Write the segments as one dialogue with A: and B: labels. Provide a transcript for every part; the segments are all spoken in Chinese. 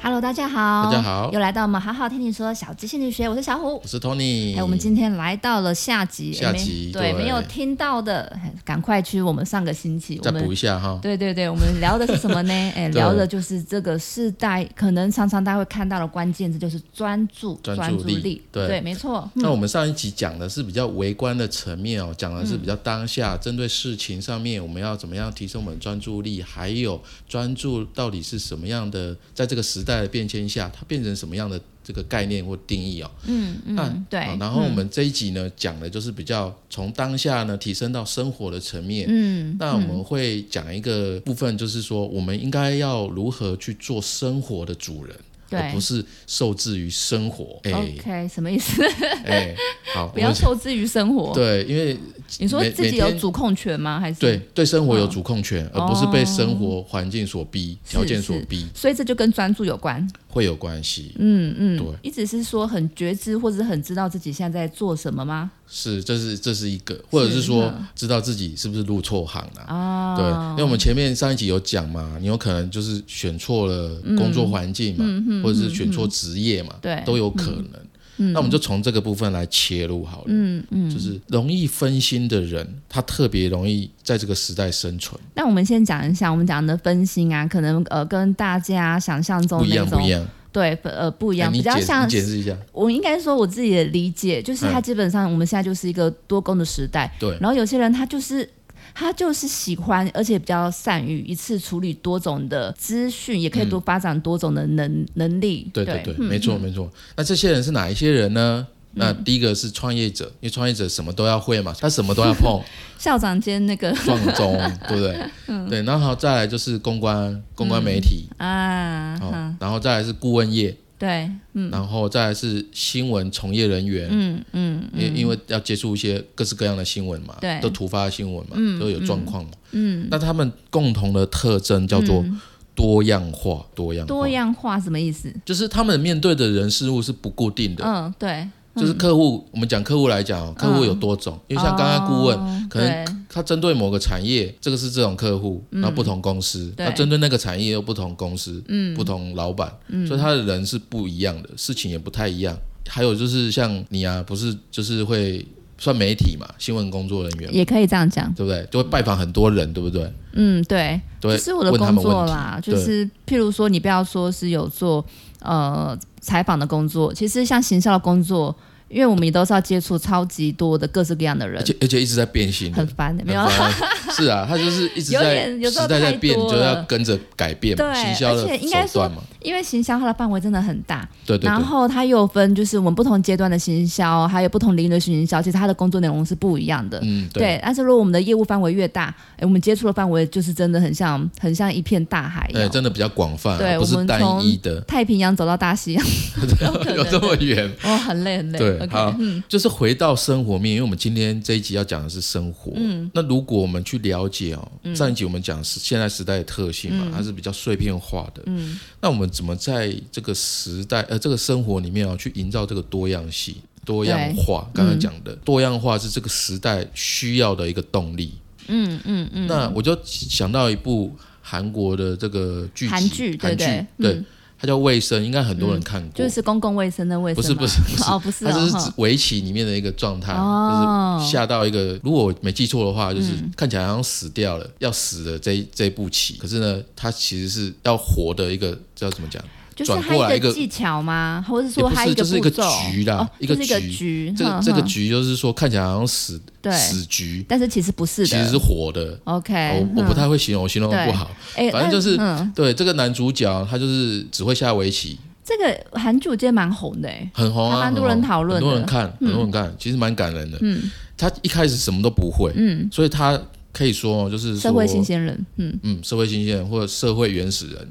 A: Hello，大家好，
B: 大家好
A: 又来到我们好好听你说小鸡心理学，我是小虎
B: 我。是 Tony。
A: 哎，我们今天来到了下集，
B: 嗯下
A: 哎没
B: 集
A: 对
B: 对
A: 没有听到的，哎赶快去我们上个星期我
B: 再
A: 们
B: 补一下哈。
A: 对对对，我们聊的是什么 呢？哎，
B: 对
A: 聊的就是这个世代可能常常大家会看到的关键字，就是专注、
B: 专注
A: 注
B: 力对
A: 没错。
B: 那我们上一集讲的是比较微观的层面哦，讲的是比较当下，针对事情上面，我们要怎么样提升我们专注力，还有专注到底是什么样的，在这个时代的变迁下，它变成什么样的这个概念或定义哦。
A: 嗯嗯，对
B: 好。然后我们这一集呢，讲的就是比较从当下呢提升到生活的层面。
A: 嗯，
B: 那我们会讲一个部分，就是说我们应该要如何去做生活的主人，而
A: 对
B: 哦不。是受制于生活。哎、
A: OK，什么意 思？
B: 哎，好，
A: 不
B: 我
A: 要
B: 们
A: 受制于生活。
B: 对，因为
A: 你说
B: 每
A: 自己
B: 每
A: 有
B: 天
A: 主控权吗？还是？嗯哦
B: 对对生活有主控权，而不是被生活环境所逼、
A: 是
B: 条件所逼，
A: 所以这就跟专注有关。
B: 会有关系。
A: 嗯嗯。
B: 对
A: 一直是说很觉知或者很知道自己现在在做什么吗？
B: 是，这是这是一个，或者是说知道自己是不是入错行了、
A: 啊，
B: 对，因为我们前面上一集有讲嘛，你有可能就是选错了
A: 嗯
B: 工作环境嘛，或者是选错职业嘛，
A: 对嗯
B: 都有可能。那我们就从这个部分来切入好了。嗯嗯，就是容易分心的人，他特别容易在这个时代生存，
A: 那我们先讲一下我们讲的分心啊，可能呃跟大家想象中
B: 不一
A: 那
B: 样不
A: 种
B: 一样，
A: 对呃不一
B: 一
A: 样，
B: 你
A: 比
B: 解
A: 较像
B: 你解释一下，
A: 我应该说我自己的理解，就是它
B: 嗯
A: 基本上我们现在就是一个多工的时代，
B: 对，
A: 然后有些人他就是。他就是喜欢，而且比较善于一次处理多种的资讯，也可以多发展多种的能、能力。
B: 嗯对对对，没
A: 嗯
B: 错没错。那这些人是哪一些人呢？那第一个是创业者，因为创业者什么都要会嘛，他什么都要碰，
A: 校长兼那个
B: 撞钟，对不对？
A: 嗯
B: 对，然后好再来就是公关、公关媒体，
A: 啊，
B: 哦，然后再来是顾问业，
A: 对，
B: 然后再来是新闻从业人员，
A: 嗯嗯
B: 因因为要接触一些各式各样的新闻嘛，
A: 对嗯
B: 都突发新闻嘛，都有状况嘛，嗯，那他们共同的特征叫做多样化，多样
A: 嗯
B: 化，
A: 多样化什么意思？
B: 就是他们面对的人事物是不固定的，
A: 嗯，对，
B: 就是客户，我们讲客户来讲哦，客户有多种，因为像刚刚顾问，
A: 哦
B: 可能
A: 对
B: 他针对某个产业，这个是这种客户，那不同公司，
A: 嗯对嗯
B: 那针对那个产业又不同公司，不同老板，所以他的人是不一样的，事情也不太一样。还有就是像你啊，不是就是会算媒体嘛，新闻工作人员嘛，
A: 也可以这样讲。
B: 对不对？就会拜访很多人，对不对？
A: 嗯，对，
B: 对，
A: 这是我的
B: 问他
A: 工
B: 们
A: 作啊
B: 问题
A: 啦，
B: 对
A: 就是譬如说，你不要说是有做呃采访的工作，其实像行销的工作，因为我们也都是要接触超级多的各式各样的人
B: 而，且而且一直在变形的
A: 很，烦的，没有啊
B: 很？烦是啊，他 就是一直
A: 有
B: 在
A: 点有时候
B: 时代在
A: 太
B: 变，
A: 多
B: 就要
A: 了
B: 跟着改变嘛，
A: 对
B: 行销的
A: 而且应该
B: 手段嘛，
A: 因为行销它的范围真的很大，
B: 对对
A: 然
B: 对。
A: 后它又分就是我们不同阶段的行销，还有不同领域的行销，其实它的工作内容是不一样的。
B: 嗯，对，
A: 对，但是如果我们的业务范围越大，哎，我们接触的范围就是真的很像很像一片大海一
B: 哎，
A: 样，
B: 真的比较广泛，
A: 对
B: 而不
A: 我
B: 是
A: 们
B: 单
A: 从
B: 一的，
A: 太平洋走到大西洋，有
B: 啊有
A: 可能
B: 这么远。
A: 哦，很累很累。嗯
B: 对
A: o k
B: 好就是回到生活面，因为我们今天这一集要讲的是生活。嗯，那如果我们去了解哦，
A: 嗯
B: 上一集我们讲是现在时代的特性嘛，它是比较碎片化的。嗯，那我们怎么在这个时代呃这个生活里面哦，去营造这个多样性、多样化？刚刚讲的、多样化是这个时代需要的一个动力。
A: 嗯嗯嗯，
B: 那我就想到一部韩国的这个剧集，
A: 韩剧对
B: 韩剧
A: 对嗯
B: 对，它叫《卫生》，应该很多人看过，
A: 就是公共卫生的卫生
B: 不是
A: 吗
B: 不是不
A: 哦，不是
B: 它
A: 哦，
B: 就是指
A: 哈
B: 围棋里面的一个状态，
A: 哦嗯
B: 就是下啊到一个，如果我没记错的话，就是看起来好像死掉了，要死的这一这一步棋，可是呢，它其实是要活的一个叫怎么讲？
A: 就是
B: 转
A: 它
B: 过来一
A: 一
B: 个
A: 个技巧吗？或者是
B: 也
A: 说
B: 不
A: 它
B: 是
A: 个
B: 就是一
A: 步
B: 个
A: 骤？
B: 局啦
A: 哦
B: 一个
A: 就是一个
B: 局
A: 局，
B: 这个
A: 哼
B: 这个
A: 哼
B: 局就是说看起来好像死
A: 对
B: 死局，
A: 但是其实不是
B: 其
A: 的，哎
B: 实是活的。
A: OK，
B: 我我不太会形容，我形容得不好。
A: 哎，
B: 反正就是
A: 那嗯，
B: 对这个男主角，啊他就是只会下围棋，
A: 这个韩剧我记得蛮红的哎，
B: 很红啊，
A: 还蛮多
B: 很红
A: 人讨论的嗯
B: 很多人看，很多人看，其实蛮感人的。嗯，他一开始什么都不会，嗯，所以他可以说哦就是说
A: 社会新，鲜人，嗯，
B: 嗯，社会新鲜人或者社会原始人，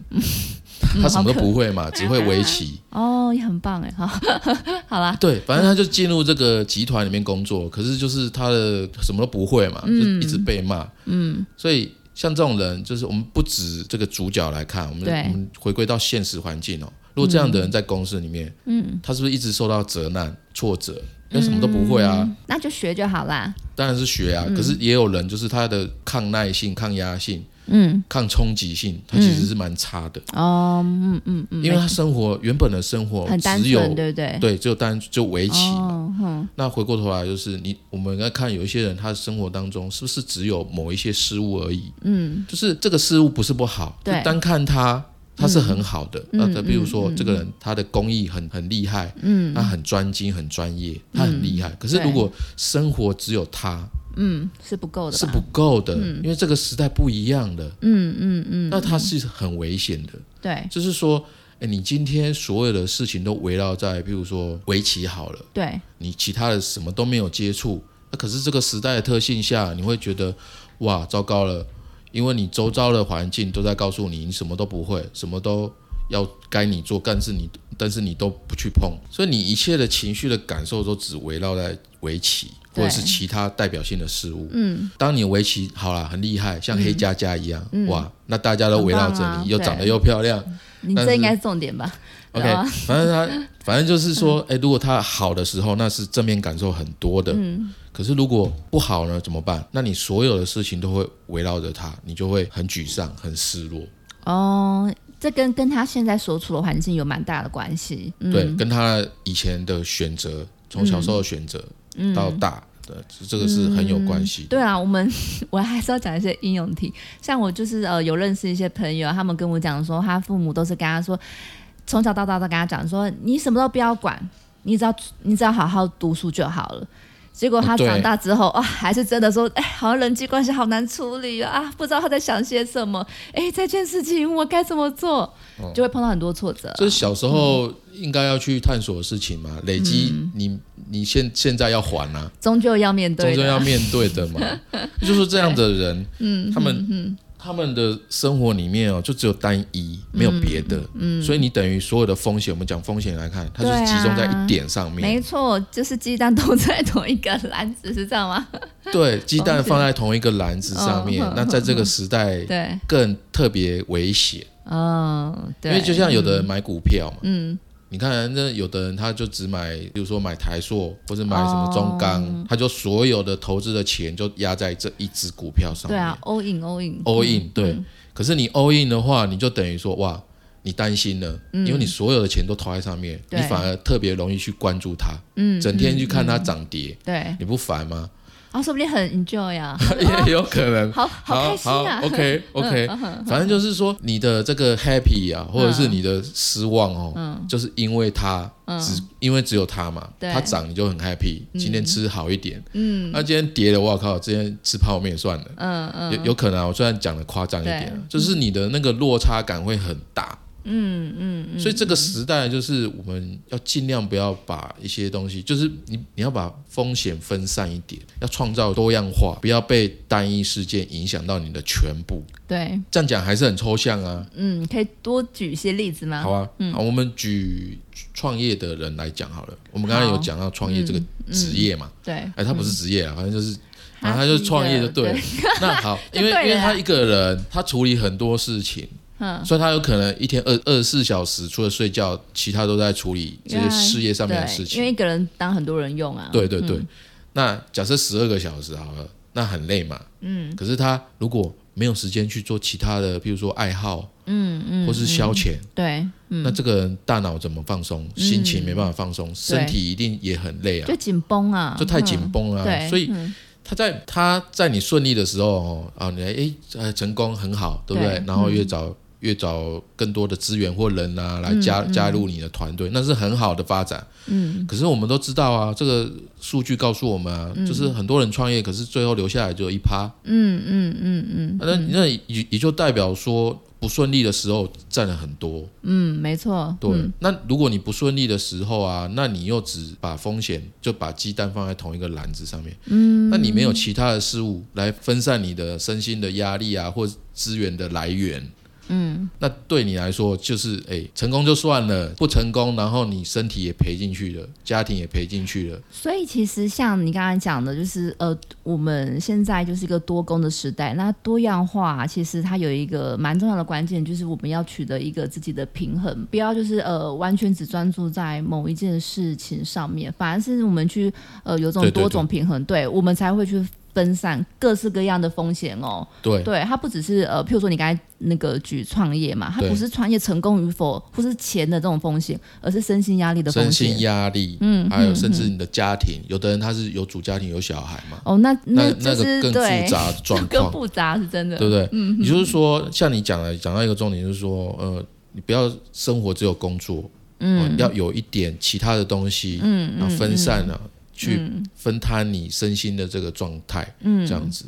B: 他什么都不会嘛，只会围棋。
A: 哦，也很棒哎，好， 好啦，
B: 对，反正他就进入这个集团里面工作，可是就是他的什么都不会嘛，就一直被骂，嗯，所以。像这种人，就是我们不止这个主角来看，我们
A: 对
B: 我们回归到现实环境哦，如果这样的人在公司里面，嗯，他是不是一直受到责难、挫折？因为什么都不会啊，
A: 嗯那就学就好啦。
B: 当然是学啊。可是也有人就是他的抗耐性、抗压性、
A: 嗯，
B: 抗冲击性，他其实是蛮差的，
A: 哦，嗯嗯嗯，
B: 因为他生活原本的生活
A: 很单
B: 哦只有
A: 纯，对不对？
B: 对，只有单就围棋嘛。
A: 哦，哼，
B: 那回过头来就是你，我们要看有一些人，他的生活当中是不是只有某一些失误而已？
A: 嗯，
B: 就是这个失误不是不好，就
A: 对
B: 单看他他是很好的。
A: 嗯
B: 那他比如
A: 嗯
B: 说
A: 嗯
B: 这个人他的工艺很很厉害，
A: 嗯，
B: 他很专精很专业，他很厉害。可是如果生活只有他
A: 嗯，是不够的
B: 是
A: 吧？
B: 不够的，因为这个时代不一样的，
A: 嗯嗯嗯，
B: 那他是很危险的。
A: 对
B: 就是说，哎，你今天所有的事情都围绕在，譬如说围棋好了。
A: 对，
B: 你其他的什么都没有接触，那可是这个时代的特性下，你会觉得哇，糟糕了，因为你周遭的环境都在告诉你，你什么都不会，什么都要该你做，但是你但是你都不去碰，所以你一切的情绪的感受都只围绕在围棋。或
A: 对
B: 者是其他代表性的事物。嗯，当你围棋好了，很厉害，像黑加加一样，哇，那大家都围绕着
A: 嗯很棒啊
B: 你，又长得
A: 对
B: 又漂亮，
A: 你
B: 但
A: 这应
B: 是
A: 该是重点吧？
B: OK，
A: 对啊嗯
B: 反正他反正就是说，哎、如果他好的时候，那是正面感受很多的。
A: 嗯
B: 可是如果不好呢，怎么办？那你所有的事情都会围绕着他，你就会很沮丧、很失落。
A: 哦，这跟跟他现在所处的环境有蛮大的关系。嗯，
B: 对，跟他以前的选择，从小时候的选择、到大的，这个是很有关系的。
A: 嗯对啊，我们 我还是要讲一些应用题。像我就是呃有认识一些朋友，他们跟我讲说，他父母都是跟他说，从小到大都跟他讲说，你什么都不要管，你只要你只要好好读书就好了。结果他
B: 哦对
A: 长大之后，哇、还是真的说，哎，好像人际关系好难处理啊，啊不知道他在想些什么，哎，这件事情我该怎么做，就会碰到很多挫折。
B: 哦这是小时
A: 嗯
B: 候应该要去探索的事情嘛，累积你你现现在要还啊，
A: 终究要面对
B: 终究
A: 的
B: 要
A: 啊，
B: 面对的嘛。 就是这样的人，嗯，他们、他们的生活里面哦，就只有单一，没有别的，嗯，所以你等于所有的风险，我们讲风险来看，它就是集中在一点上面
A: 啊没，错，就是鸡蛋都在同一个篮子，是这样 吗？
B: 对，鸡蛋放在同一个篮子上面，
A: 嗯
B: 那在这个时代
A: 对，
B: 更特别危险，
A: 嗯，
B: 因
A: 对，
B: 为就像有的人买股票嘛，
A: 嗯
B: 你看，那有的人他就只买，比如说买台塑或者买什么中钢，
A: 哦
B: 他就所有的投资的钱就压在这一只股票上
A: 对
B: 面。
A: 啊，all in all in
B: 嗯 all in 对，
A: 嗯
B: 可是你 all in 的话，你就等于说哇，你担心了，因为你所有的钱都投在上面，
A: 嗯对
B: 你反而特别容易去关注它，
A: 嗯，
B: 整天去看它涨跌，
A: 对，
B: 你不烦吗？
A: 啊，说不定很 enjoy 啊，
B: 也有可能。
A: 好好开心啊嗯
B: 好，OK OK，反正就是说你的这个 happy 啊，或者是你的失望哦，就是因为它只因为只有它嘛，
A: 嗯对
B: 它涨你就很 happy，今天吃好一点，嗯，那今天跌了，我靠，今天吃泡面算了，
A: 嗯嗯，
B: 有有可能啊，我虽然讲的夸张一点啊，就是你的那个落差感会很大。嗯嗯，所以这个时代就是我们要尽量不要把一些东西，就是你你要把风险分散一点，要创造多样化，不要被单一事件影响到你的全部。
A: 对，
B: 这样讲还是很抽象啊，
A: 嗯，可以多举一些例子吗
B: 好？啊，好，我们举创业的人来讲好嗯了。我们刚刚有
A: 好
B: 讲到创业这个职业嘛，
A: 对，
B: 哎，他不是职业啊，反正就是
A: 他
B: 然后他就
A: 一
B: 是
A: 个
B: 创业就对了
A: 对，
B: 那好，
A: 就
B: 因为
A: 对了
B: 因为他
A: 啦
B: 一个人，他处理很多事情，
A: 嗯
B: 所以他有可能一天二二十四小时，除了睡觉，其他都在处理这些事业上面的
A: 对
B: 事
A: 因为
B: 情。
A: 一个人当很多人用啊，
B: 对对对，那假设十二个小时好了，那很累嘛。嗯。可是他如果没有时间去做其他的，譬如说爱好，嗯嗯，或是消遣，
A: 对，
B: 那这个人大脑怎么放松？
A: 嗯
B: 心情没办法放松，身体一定也很累啊
A: 就，紧绷啊，
B: 就太
A: 嗯
B: 紧绷了啊。
A: 对，
B: 所以
A: 嗯
B: 他在他在你顺利的时候哦，啊，你哎呃成功很好，对不对？
A: 对嗯
B: 然后越找、越找更多的资源或人啊来加、加入你的团队，那是很好的发展。嗯，可是我们都知道啊，这个数据告诉我们啊，就是很多人创业，可是最后留下来只有一趴。
A: 嗯嗯嗯嗯
B: 那那也也就代表说。不顺利的时候占了很多，
A: 嗯，没错，
B: 对。那如果你不顺利的时候啊，那你又只把风险就把鸡蛋放在同一个篮子上面，嗯，那你没有其他的事物来分散你的身心的压力啊，或资源的来源，嗯，那对你来说就是哎，成功就算了，不成功，然后你身体也赔进去了，家庭也赔进去了。
A: 所以其实像你刚才讲的，就是呃，我们现在就是一个多工的时代，那多样化其实它有一个蛮重要的关键，就是我们要取得一个自己的平衡，不要就是呃完全只专注在某一件事情上面，反而是我们去呃有种
B: 对对
A: 多种平衡，对我们才会去。分散各式各样的风险哦，
B: 对，
A: 对，它不只是呃，譬如说你刚才那个举创业嘛，它
B: 对
A: 不是创业成功与否，或是钱的这种风险，而是身心压力的风
B: 身心
A: 险。
B: 压力，嗯，还有甚至你的家庭，有的人他是有主家庭有小孩嘛，
A: 哦，那
B: 那
A: 就
B: 那
A: 是
B: 个 更
A: 对
B: 复，杂的状
A: 更
B: 况，
A: 复杂是真的。
B: 对不对？嗯，也就是说，像你讲的，讲到一个重点，就是说，呃，你不要生活只有工作，嗯，要有一点其他的东西，嗯，然后分散了、去分摊你身心的这个状态，嗯，这样子，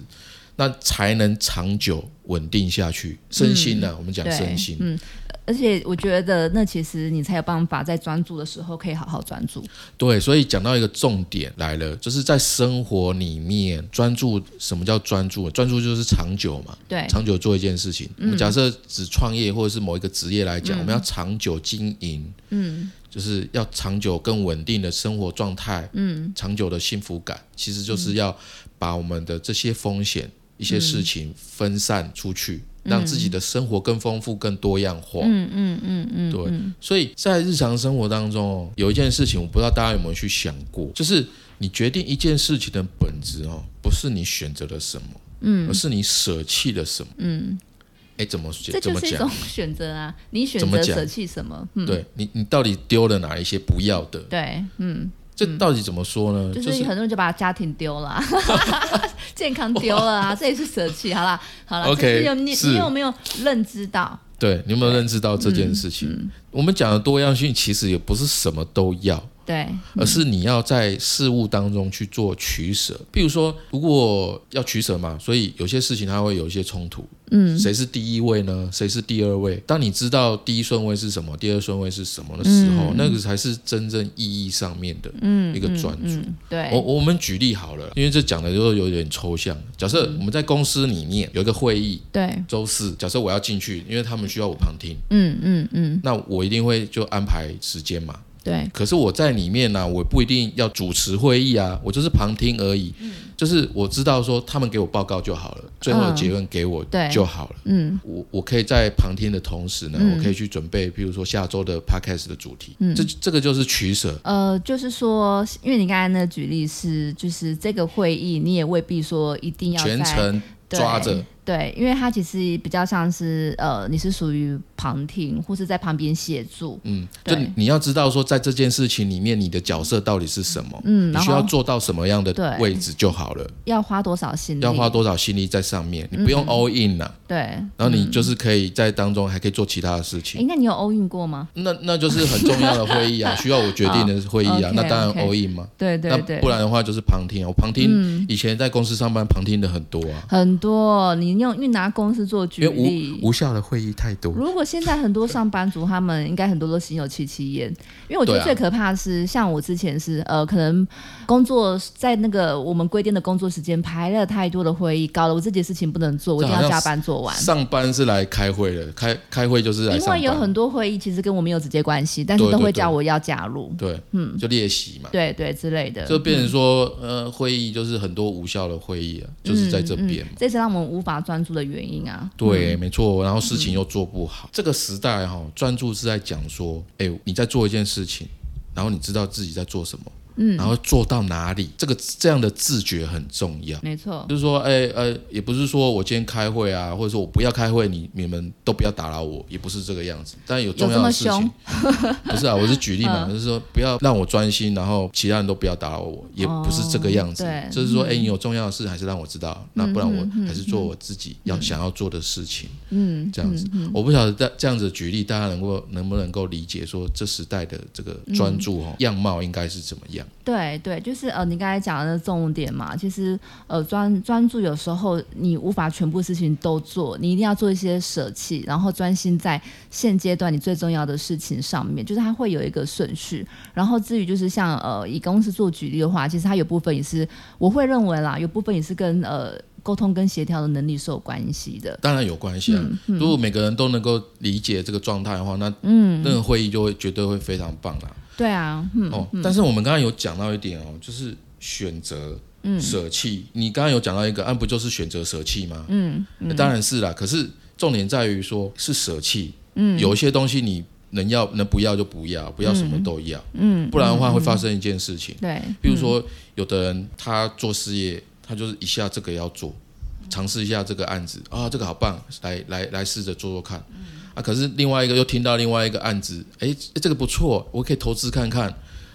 B: 那才能长久稳定下去。身心呢、啊我们讲
A: 对
B: 身心，
A: 嗯，而且我觉得那其实你才有办法在专注的时候可以好好专注。
B: 对，所以讲到一个重点来了，就是在生活里面专注。什么叫专注？专注就是长久嘛，
A: 对，
B: 长久做一件事情。我们假设只创业或者是某一个职业来讲，我们要长久经营，嗯，就是要长久更稳定的生活状态，嗯，长久的幸福感，其实就是要把我们的这些风险、一些事情分散出去。让自己的生活更丰富、更多样化。嗯嗯嗯嗯，对。所以在日常生活当中哦，有一件事情，我不知道大家有没有去想过，就是你决定一件事情的本质哦，不是你选择了什么，嗯，而是你舍弃了什么，嗯。哎，怎么
A: 这
B: 怎
A: 就
B: 么
A: 是一
B: 讲
A: 种？选择啊，你选
B: 怎么
A: 择
B: 讲
A: 舍弃什么？嗯，
B: 对你，你到底丢了哪一些不要的？
A: 对，嗯，
B: 这到底怎么说呢？
A: 就
B: 就是是
A: 很多人就把家庭丢了啊、 健康丢了啊，这也是舍弃。好啦，好啦
B: OK，
A: 就是有你
B: 是
A: 你有没有认知到？
B: 对，你有没有认知到这件事
A: 嗯
B: 情？我们讲的多样性其实也不是什么都要，
A: 对，
B: 而是你要在事物当中去做取舍。比如说，如果要取舍嘛，所以有些事情它会有一些冲突。嗯，谁是第一位呢？谁是第二位？当你知道第一顺位是什么，第二顺位是什么的时候，那个才是真正意义上面的一个专注。
A: 嗯嗯，对，
B: 我我们举例好了，因为这讲的就有点抽象。假设
A: 嗯
B: 我们在公司里面有一个会议，
A: 对，
B: 周四，假设我要进去，因为他们需要我旁听，
A: 嗯嗯嗯，
B: 那我一定会就安排时间嘛。
A: 对，
B: 可是我在里面呢、我不一定要主持会议啊，我就是旁听而已。
A: 嗯
B: 就是我知道说他们给我报告就好了，最后的结论给我
A: 对
B: 就好了。
A: 嗯
B: 我我可以在旁听的同时呢，我可以去准备，譬如说下周的 podcast 的主题。
A: 嗯
B: 这这个就是取舍。
A: 呃，就是说，因为你刚才那个举例是，就是这个会议你也未必说一定要
B: 全
A: 在
B: 程
A: 对
B: 抓着，
A: 对，因为它其实比较像是呃，你是属于旁听或是在旁边协助，
B: 嗯，就
A: 对
B: 你要知道说，在这件事情里面，你的角色到底是什么，
A: 嗯，
B: 你
A: 然
B: 需要
A: 后
B: 做到什么样的
A: 对嗯
B: 位置就好了，
A: 要花多少心力，
B: 要花多少心力在上面，你
A: 嗯
B: 不用 all in 呐、
A: 对。
B: 然后你就是可以在当中还可以做其他的事情。
A: 哎，那你有欧运过吗？
B: 那那就是很重要的 会议啊，需要我决定的会议啊，
A: 哦
B: 那当然
A: OK，OK
B: all in 嘛。
A: 对
B: 那
A: 对对嗯
B: 不，然的话就是旁听啊，我旁听以前在公司上班旁听的很多啊，
A: 很多你用因为拿公司做举
B: 因
A: 例
B: 为，无无效的会议太多。
A: 如果现在很多上班族，他们应该很多都心有戚戚焉，因为我觉
B: 对
A: 得
B: 啊
A: 最可怕的是，像我之前是呃，可能工作在那个我们规定的工作时间排了太多的会议，搞得我自己的事情不能做，我一定
B: 这
A: 要
B: 好像
A: 加班做完。
B: 上班是来开会的，开开会就是来
A: 因
B: 上班。
A: 为有很多会议其实跟我没有直接关系，但是
B: 对
A: 都
B: 对
A: 会
B: 对
A: 叫我要加入，
B: 对，就练习嘛。
A: 嗯对对之类的。
B: 就变成说，呃，会议就是很多无效的会议啊，就是
A: 嗯
B: 在这边嘛。
A: 这是让我们无法专注的原因啊。
B: 对，没错，然后事情又做不好。这个时代哈、专注是在讲说，哎、你在做一件事情，然后你知道自己在做什么，嗯，然后做到哪里，这个这样的自觉很重要。
A: 没错，
B: 就是说，哎、呃，也不是说我今天开会啊，或者说我不要开会，你你们都不要打扰我，也不是这个样子。但有重要的事
A: 有这
B: 情，不是啊，我是举例嘛，就是说不要让我专心，然后其他人都不要打扰我，也不是这个样子。
A: 哦对
B: 就是说，哎、你有重要的事还是让我知道，那不然我还是做我自己要想要做的事情。嗯，这样子，我不晓得这这样子的举例，大家能够能不能够理解说这时代的这个专注哦、样貌应该是怎么样？
A: 对对，就是呃，你刚才讲的那重点嘛，其实呃，专专注有时候你无法全部事情都做，你一定要做一些舍弃，然后专心在现阶段你最重要的事情上面，就是它会有一个顺序。然后至于就是像呃，以公司做举例的话，其实它有部分也是我会认为啦，有部分也是跟呃。沟通跟协调的能力是有关系的。
B: 当然有关系啊。如果每个人都能够理解这个状态的话，那嗯，那个会议就会绝对会非常棒啦。
A: 对啊，嗯，
B: 哦，但是我们刚刚有讲到一点哦，就是选择。舍弃，你刚刚有讲到一个，啊，不就是选择舍弃吗？嗯，当然是啦。可是重点在于说，是舍弃。嗯，有一些东西你能要能不要就不要，不要什么都要。嗯，不然的话会发生一件事情，
A: 对，
B: 比如说有的人他做事业，他就是一下这个要做，尝试一下这个案子啊，这个好棒，来来来试着做做看。啊，可是另外一个又听到另外一个案子，诶，这个不错，我可以投资看看。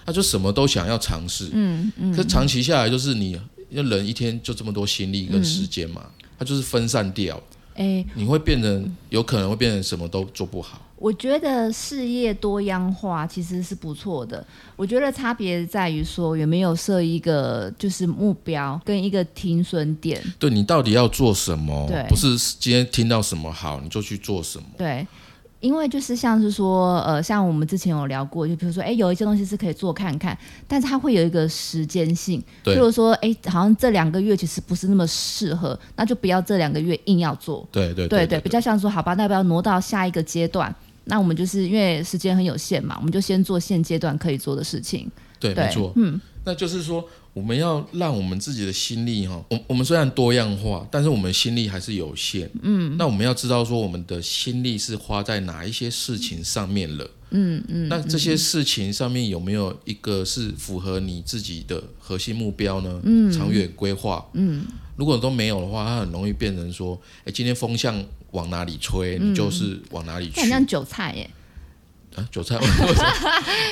B: 他就什么都想要尝试，嗯嗯。可是长期下来，就是你人一天就这么多心力跟时间嘛，他就是分散掉，
A: 哎，
B: 你会变成有可能会变成什么都做不好。
A: 我觉得事业多样化其实是不错的。我觉得差别在于说有没有设一个就是目标跟一个停损点。
B: 对你到底要做什么
A: 对？
B: 不是今天听到什么好你就去做什么。
A: 对，因为就是像是说，呃，像我们之前有聊过，就比如说，哎，有一些东西是可以做看看，但是它会有一个时间性。
B: 对
A: 譬如说，哎，好像这两个月其实不是那么适合，那就不要这两个月硬要做。
B: 对对
A: 对
B: 对
A: 比较像说，好吧，那要不要挪到下一个阶段？那我们就是因为时间很有限嘛，我们就先做现阶段可以做的事情。
B: 对，
A: 对
B: 没错。嗯，那就是说，我们要让我们自己的心力哈，我我们虽然多样化，但是我们心力还是有限。嗯，那我们要知道说，我们的心力是花在哪一些事情上面了。嗯嗯，那这些事情上面有没有一个是符合你自己的核心目标呢？嗯，长远规划。嗯，如果都没有的话，它很容易变成说，哎，今天风向往哪里吹，你就是往哪里
A: 它
B: 去
A: 很。像韭菜耶，
B: 啊，韭菜，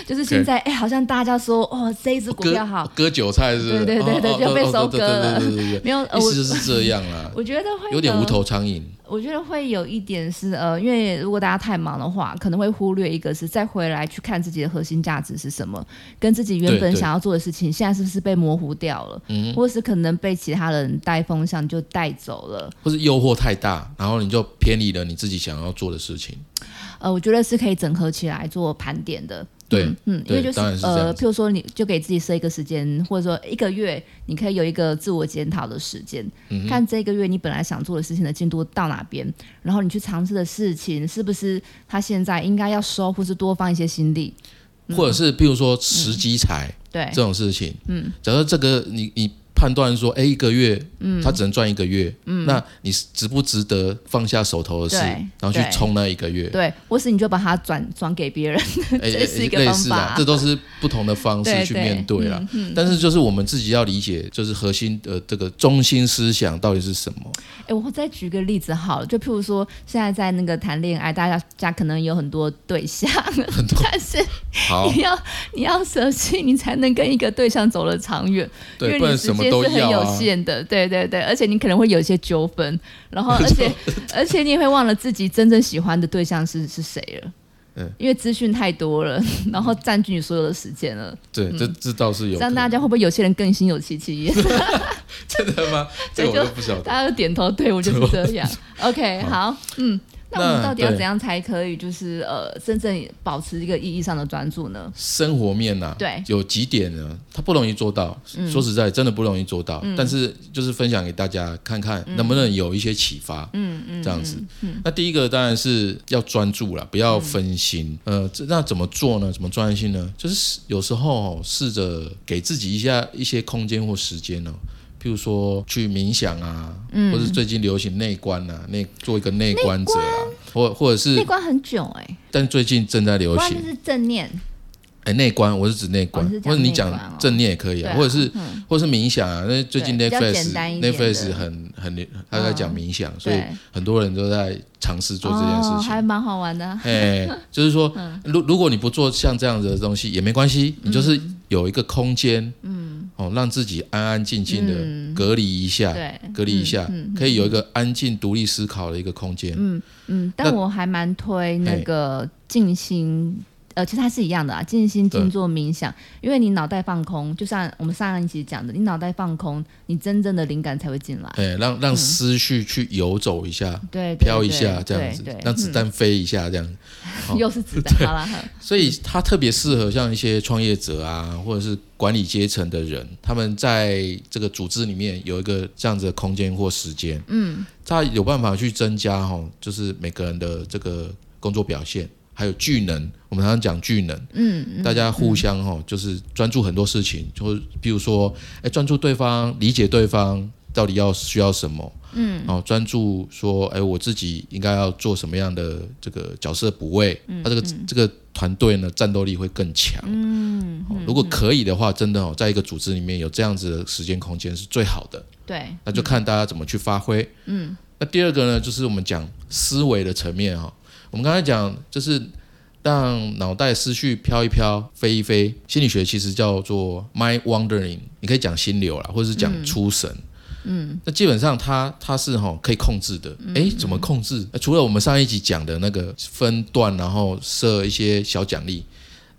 A: 就是现在哎、好像大家说哦，这一只股票好，
B: 割韭菜是不是？
A: 对对对对
B: 哦哦
A: 就被
B: 哦
A: 收
B: 对
A: 割了
B: 对对对对对
A: 没有， 呃
B: 意
A: 我，
B: 思就是这样啦
A: 我觉得会
B: 有点
A: 呃
B: 无头苍蝇。
A: 我觉得会有一点是呃，因为如果大家太忙的话，可能会忽略一个是再回来去看自己的核心价值是什么，跟自己原
B: 对
A: 本
B: 对嗯
A: 想要做的事情，现在是不是被模糊掉了，或是可能被其他人带风向就带走了。
B: 或是诱惑太大，然后你就偏离了你自己想要做的事情。
A: 呃，我觉得是可以整合起来做盘点的。
B: 对
A: 嗯，嗯因
B: 对
A: 为就是
B: 当然是这样
A: 呃，
B: 子
A: 譬如说，你就给自己设一个时间，或者说一个月，你可以有一个自我检讨的时间，
B: 嗯
A: 看这个月你本来想做的事情的进度到哪边，然后你去尝试的事情是不是他现在应该要收，或是多放一些心力。嗯
B: 或者是譬如说时机财
A: 对
B: 这种事情，嗯，假如这个你你判断说，哎，一个月，嗯，他只能赚一个月，嗯，那你值不值得放下手头的事
A: 对，
B: 然后去
A: 对
B: 冲那一个月？
A: 对，或是你就把它转转给别人。
B: 哎
A: 这是一个
B: 类
A: 方
B: 似
A: 法
B: 啊，这 都是不同的方
A: 对
B: 式去
A: 对嗯
B: 面对啦。但是就是我们自己要理解，就是核心的这个中心思想到底是什么。
A: 哎，我再举个例子好了，就譬如说，现在在那个谈恋爱，大家家可能有很多对象， 但是
B: 好
A: 你，要你要舍弃，你才能跟一个对象走得长远，因
B: 对，
A: 为
B: 不
A: 你
B: 然
A: 时
B: 什么
A: 间
B: 都
A: 是很
B: 要
A: 有
B: 啊。
A: 限的，对对对，而且你可能会有一些纠纷，然 后而且而且你也会忘了自己真正喜欢的对象是是谁了。
B: 嗯
A: 因为资讯太多了， 然后占据你所有的时间了，
B: 对，这这倒是有
A: 这
B: 可
A: 样嗯大
B: 能。
A: 家会不会有些人更心有戚戚 焉？
B: 真的 吗？这个
A: 对就
B: 我都不晓得。
A: 大家都点头，对我就是这 样。OK，好，嗯，那我们
B: 那
A: 到底要
B: 对
A: 怎样才可以，就是呃，真正保持一个意义上的专注呢？
B: 生活面呐、
A: 对
B: 有几点呢，它不容易做到。说实在，真的不容易做到。但是就是分享给大家，看看能不能有一些启发。嗯嗯，这样子。那第一个当然是要专注了，不要分心。呃，这那怎么做呢？怎么专心呢？就是有时候哦、试着给自己一下一些空间或时间哦。譬如说去冥想啊，或是最近流行内观啊，内做一个内观者啊，或或者
A: 内
B: 是，
A: 观很久哎、欸，
B: 但最近正在流
A: 不然
B: 行
A: 就，是正念。
B: 哎，内观我是指内观，
A: 哦你是讲
B: 或者你
A: 内观哦
B: 讲正念也可以
A: 对
B: 啊，
A: 啊
B: 或者是、或者是冥想啊。那最近
A: 对比较
B: Netflix
A: 简单一点的嗯
B: Netflix 很很他在讲冥想，所以
A: 对
B: 很多人都在尝试做这件事
A: 哦、
B: 情。
A: 还嗯蛮好玩的啊。
B: 哎，就是说，如如果你不做像这样子的东西也没关系，你就是
A: 嗯
B: 有一个空间，嗯，哦，让自己安安静静的隔离一下，
A: 嗯对，嗯
B: 隔离一下，可以有一个安静独立思考的一个空间。
A: 嗯，但我还蛮推那个静心呃，其实它是一样的啊，静心、静坐、冥想，因为你脑袋放空，就像我们上一集讲的，你脑袋放空，你真正的灵感才会进来。
B: 哎，让让思绪去游走一下，
A: 嗯对，对
B: 飘一
A: 对
B: 下这样
A: 对嗯
B: 子
A: 对，，
B: 让子弹飞一下这样。好
A: 又是子弹，好了，
B: 所以它特别适合像一些创业者啊，或者是管理阶层的人，他们在这个组织里面有一个这样子的空间或时间，嗯，他有办法去增加哈，就是每个人的这个工作表现，还有聚能。我们常常讲聚能，
A: 嗯，
B: 大家互相哈，就是专注很多事情，就是比如说，哎，专注对方，理解对方到底要需要什么。嗯，然后专注说，哎，我自己应该要做什么样的这个角色补位，他这个这个团队呢战斗力会更强。嗯，如果可以的话，真的哦，在一个组织里面有这样子的时间空间是最好的，
A: 对，
B: 那就看大家怎么去发挥。嗯，那第二个呢，就是我们讲思维的层面哈，我们刚才讲就是让脑袋思绪飘一飘、飞一飞，心理学其实叫做 mind wandering，你可以讲心流啦，或者是讲出神。嗯那基本上它它是哈、可以控制的，
A: 嗯
B: 诶，怎么控制？呃除了我们上一集讲的那个分段，啊然后设一些小奖励，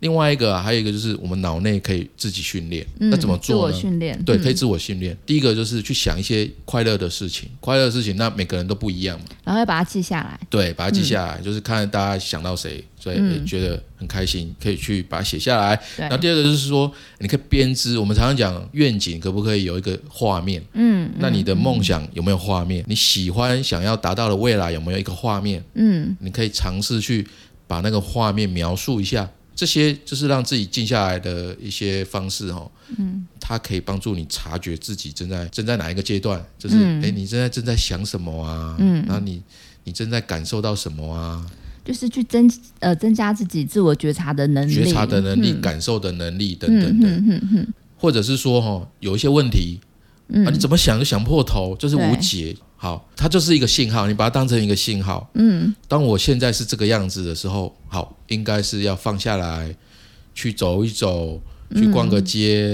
B: 另外一个、啊、还有一个就是我们脑内可以自己训练，
A: 嗯
B: 那怎么
A: 自
B: 做
A: 我
B: 呢？
A: 训练，
B: 对，
A: 嗯
B: 可以自我训练。第一个就是去想一些快乐的事情，快乐的事情，那每个人都不一样嘛。
A: 然后要把它记下来，
B: 对，把它记下来，
A: 嗯
B: 就是看大家想到谁，所以也觉得很开心，可以去把它写下来。
A: 对
B: 然后第二个就是说，你可以编织。我们常常讲愿景，可不可以有一个画面？
A: 嗯，
B: 那你的梦想有没有画面？你喜欢想要达到的未来有没有一个画面？
A: 嗯，
B: 你可以尝试去把那个画面描述一下，这些就是让自己静下来的一些方式哦。嗯，它可以帮助你察觉自己正在正在哪一个阶
A: 嗯
B: 段，就是哎、诶你正在正在想什么啊？嗯，然后你你正在感受到什么啊？
A: 就是去增呃增加自己自我觉察的能力，嗯
B: 觉察的能力、感受的能力等等的，或者是说哈，有一些问题
A: 嗯
B: 啊，你怎么想就想破头，就是无解。好，它就是一个信号，你把它当成一个信号。嗯，当我现在是这个样子的时候，好，应该是要放下来，去走一走，去逛个街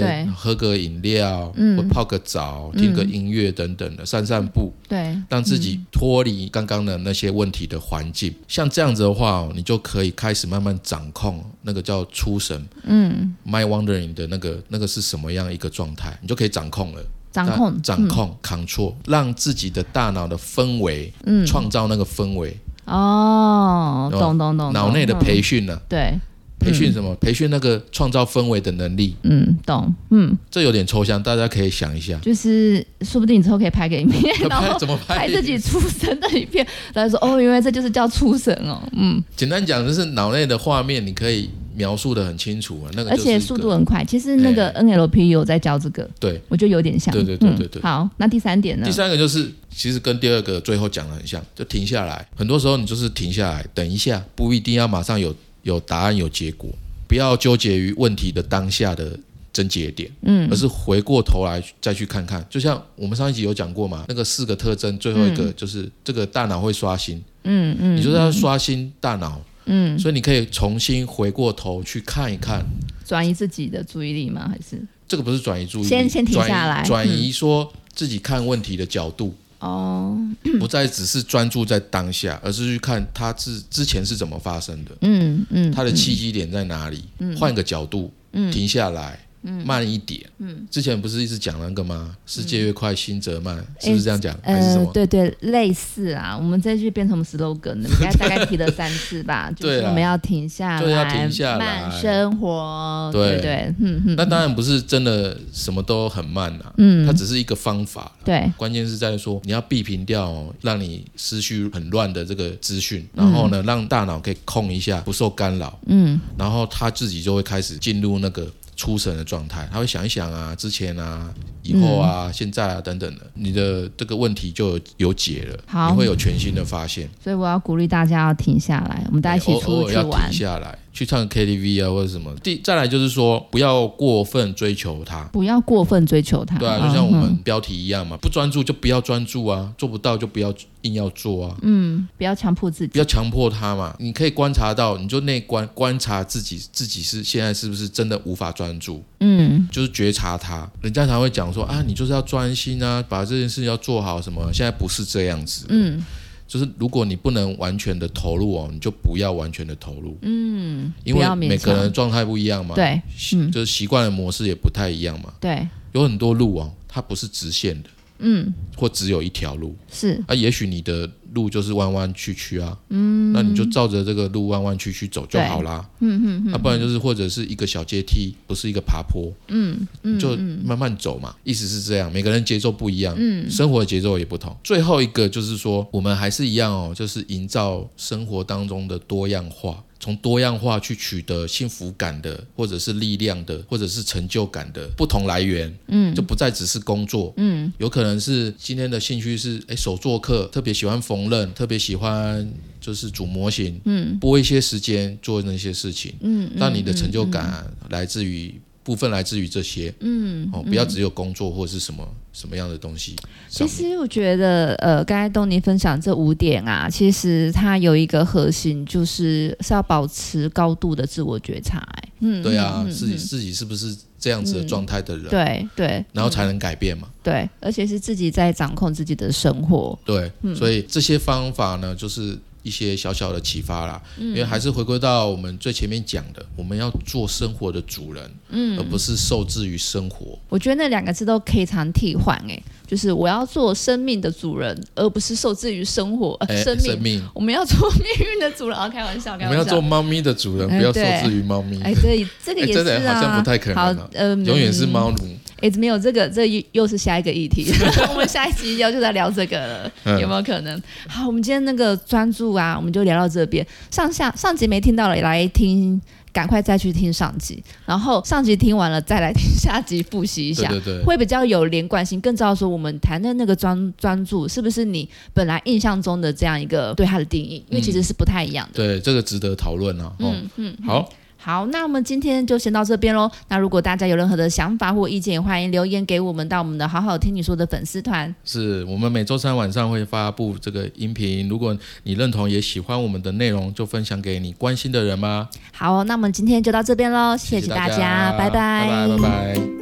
A: 嗯对，嗯
B: 喝个饮料，或泡个澡，听个音乐等等的，散散步。
A: 对，
B: 让自
A: 嗯
B: 己脱离刚刚的那些问题的环境。像这样子的话哦，你就可以开始慢慢掌控那个叫出神，嗯，my wandering 的那个那个是什么样一个状态，你就可以掌控了。
A: 掌控
B: 掌控、control，让自己的大脑的氛围，
A: 嗯
B: 创造那个氛围，
A: 哦，嗯懂懂懂，
B: 脑内的
A: 懂
B: 培训呢、
A: 对，
B: 培训什么？培训那个创造氛围的能力，
A: 嗯，懂，嗯，，
B: 这有点抽象，大家可以想一下
A: 就是说不定你之后可以拍个影片， 然
B: 拍
A: 后
B: 怎么
A: 拍
B: 拍
A: 自己出神的影片，然后说哦，原来这就是叫出神哦，嗯，
B: 简单讲就是脑内的画面，你可以描述的很清楚啊，那个
A: 而
B: 就是一
A: 且
B: 个
A: 速度很快。其实那个 NLP 有在教这个，
B: 对。
A: 我觉得有点像。
B: 对对对对对
A: 嗯。好，那第三点呢
B: 第？三个就是，其实跟第二个最后讲的很像，就停下来。很多时候你就是停下来，等一下，不一定要马上有有答案有结果，不要纠结于问题的当下的症结点，嗯，而是回过头来再去看看。就像我们上一集有讲过嘛，那个四个特征，最后一个就是这个大脑会刷新，
A: 嗯嗯
B: 你就是要刷新大脑，
A: 嗯，
B: 所以你可以重新回过头去看一看。
A: 转移自己的注意力吗？还是
B: 这个不是转移注意力，
A: 先先停
B: 转移
A: 下来嗯
B: 转移说自己看问题的角度，
A: 哦，
B: 不再只是专注在当下，而是去看它之之前是怎么发生的，
A: 嗯嗯，
B: 它的契机点在哪里，换个角度，停下来。慢一点，嗯，之前不是一直讲那个吗？世界越快，心则慢，是不是这样讲？还是什
A: 嗯呃，
B: 么？
A: 对对，类似啊，我们这句变成我们 slogan 了，应该大概提了三次 吧，就
B: 对
A: 是
B: 啦
A: 我们要停下来，
B: 对要停下来
A: 慢生活，
B: 对
A: 对对，嗯嗯，
B: 那当然不是真的什么都很慢啦，
A: 嗯
B: 它只是一个方法。
A: 对，
B: 关键是在说你要避平掉、哦、让你思绪很乱的这个资讯，然后呢，让大脑可以控一下，不受干扰。
A: 嗯，
B: 然后他自己就会开始进入那个出神的状态，他会想一想啊，之前啊，以后啊，
A: 嗯
B: 现在啊等等的，你的这个问题就有有解了，
A: 好
B: 你会有全新的发现。
A: 所以我要鼓励大家要停下来，我们大家一起
B: 对偶
A: 出
B: 偶尔
A: 去
B: 要
A: 玩
B: 停，下来，去唱 KTV 啊或者什么。第再来就是说，不要过分追求它。
A: 不要过分追求它，
B: 对啊，
A: 嗯
B: 就像我
A: 嗯
B: 们标题一样嘛，不专注就不要专注啊，做不到就不要硬要做啊，
A: 嗯不要强迫自己
B: 不。要强迫他嘛。你可以观察到，你就内观观察自己，自己是现在是不是真的无法专注，
A: 嗯，
B: 就是觉察它。人家才会讲说啊，你就是要专心啊，把这件事要做好什么。现在不是这样子，
A: 嗯，
B: 就是如果你不能完全的投入哦，你就不要完全的投入，嗯，因
A: 不
B: 为
A: 要勉
B: 每个
A: 强
B: 人的状态不一样嘛，，
A: 对嗯
B: 就是习惯的模式也不太一样嘛，
A: 对，
B: 有很多路哦，它不是直线的，
A: 嗯，
B: 或只有一条路，
A: 是
B: 啊，也许你的路就是弯弯曲曲啊，嗯，那你就照着这个路弯弯曲曲走就好啦，嗯嗯，啊，不然就是或者是一个小阶梯，不是一个爬坡，嗯，就慢慢走嘛，意思是这样，每个人节奏不一样，嗯，生活的节奏也不同。最后一个就是说，我们还是一样哦，就是营造生活当中的多样化。从多样化去取得幸福感的，或者是力量的，或者是成就感的不同来源，嗯，就不再只是工作，有可能是今天的兴趣是哎手做课，特别喜欢缝纫，特别喜欢就是组模型，嗯，拨一些时间做那些事情，嗯，让你的成就感
A: 嗯
B: 来自于。部分来自于这些，嗯，哦，不要只有工作或是什
A: 嗯
B: 么什么样的东西
A: 其
B: 上面。
A: 实我觉得，呃，刚才东尼分享这五点啊，其实它有一个核心，就是是要保持高度的自我觉察、欸。嗯，
B: 对啊，
A: 嗯嗯
B: 自己自己是不是这样子的状态的人，
A: 对对
B: 然后才能改变嘛？
A: 对，而且是自己在掌控自己的生活。
B: 对，
A: 嗯
B: 所以这些方法呢，就是一些小小的启发啦。
A: 嗯
B: 因为还是回归到我们最前面讲的，我们要做生活的主人，嗯，而不是受制于生活。
A: 我觉得那两个字都可以常替换，哎，就是我要做生命的主人，而不是受制于生活、呃
B: 哎
A: 生命。
B: 生命，
A: 我们要做命运的主人，啊，开玩笑，
B: 我
A: 开
B: 们
A: 玩
B: 要
A: 笑。
B: 做猫咪的主人，不要受制于猫咪。
A: 嗯哎，对，这个
B: 哎
A: 也是
B: 真
A: 啊，
B: 的好像不太可能啊
A: 好，呃，
B: 永远是
A: 嗯
B: 猫奴，
A: 哎、怎么有这个？这又又是下一个议 题，我们下一集要就在聊这个了，
B: 嗯
A: 有没有可能？好，我们今天那个专注啊，我们就聊到这边。上下上集没听到的，也来听，赶快再去听上集，然后上集听完了再来听下集，复习一
B: 对
A: 下。
B: 对对，
A: 会比较有连贯性，更知道说我们谈的那个专专注是不是你本来印象中的这样一个对它的定义，因为其
B: 嗯
A: 实是不太一样的。
B: 对这个值得讨论啊。嗯嗯，好，
A: 好，那我们今天就先到这边喽。那如果大家有任何的想法或意见，也欢迎留言给我们到我们的“好好听你说”的粉丝团。
B: 是我们每周三晚上会发布这个音频，如果你认同也喜欢我们的内容，就分享给你关心的人吧。
A: 好，那我们今天就到这边喽，谢
B: 谢
A: 大
B: 大拜拜拜拜。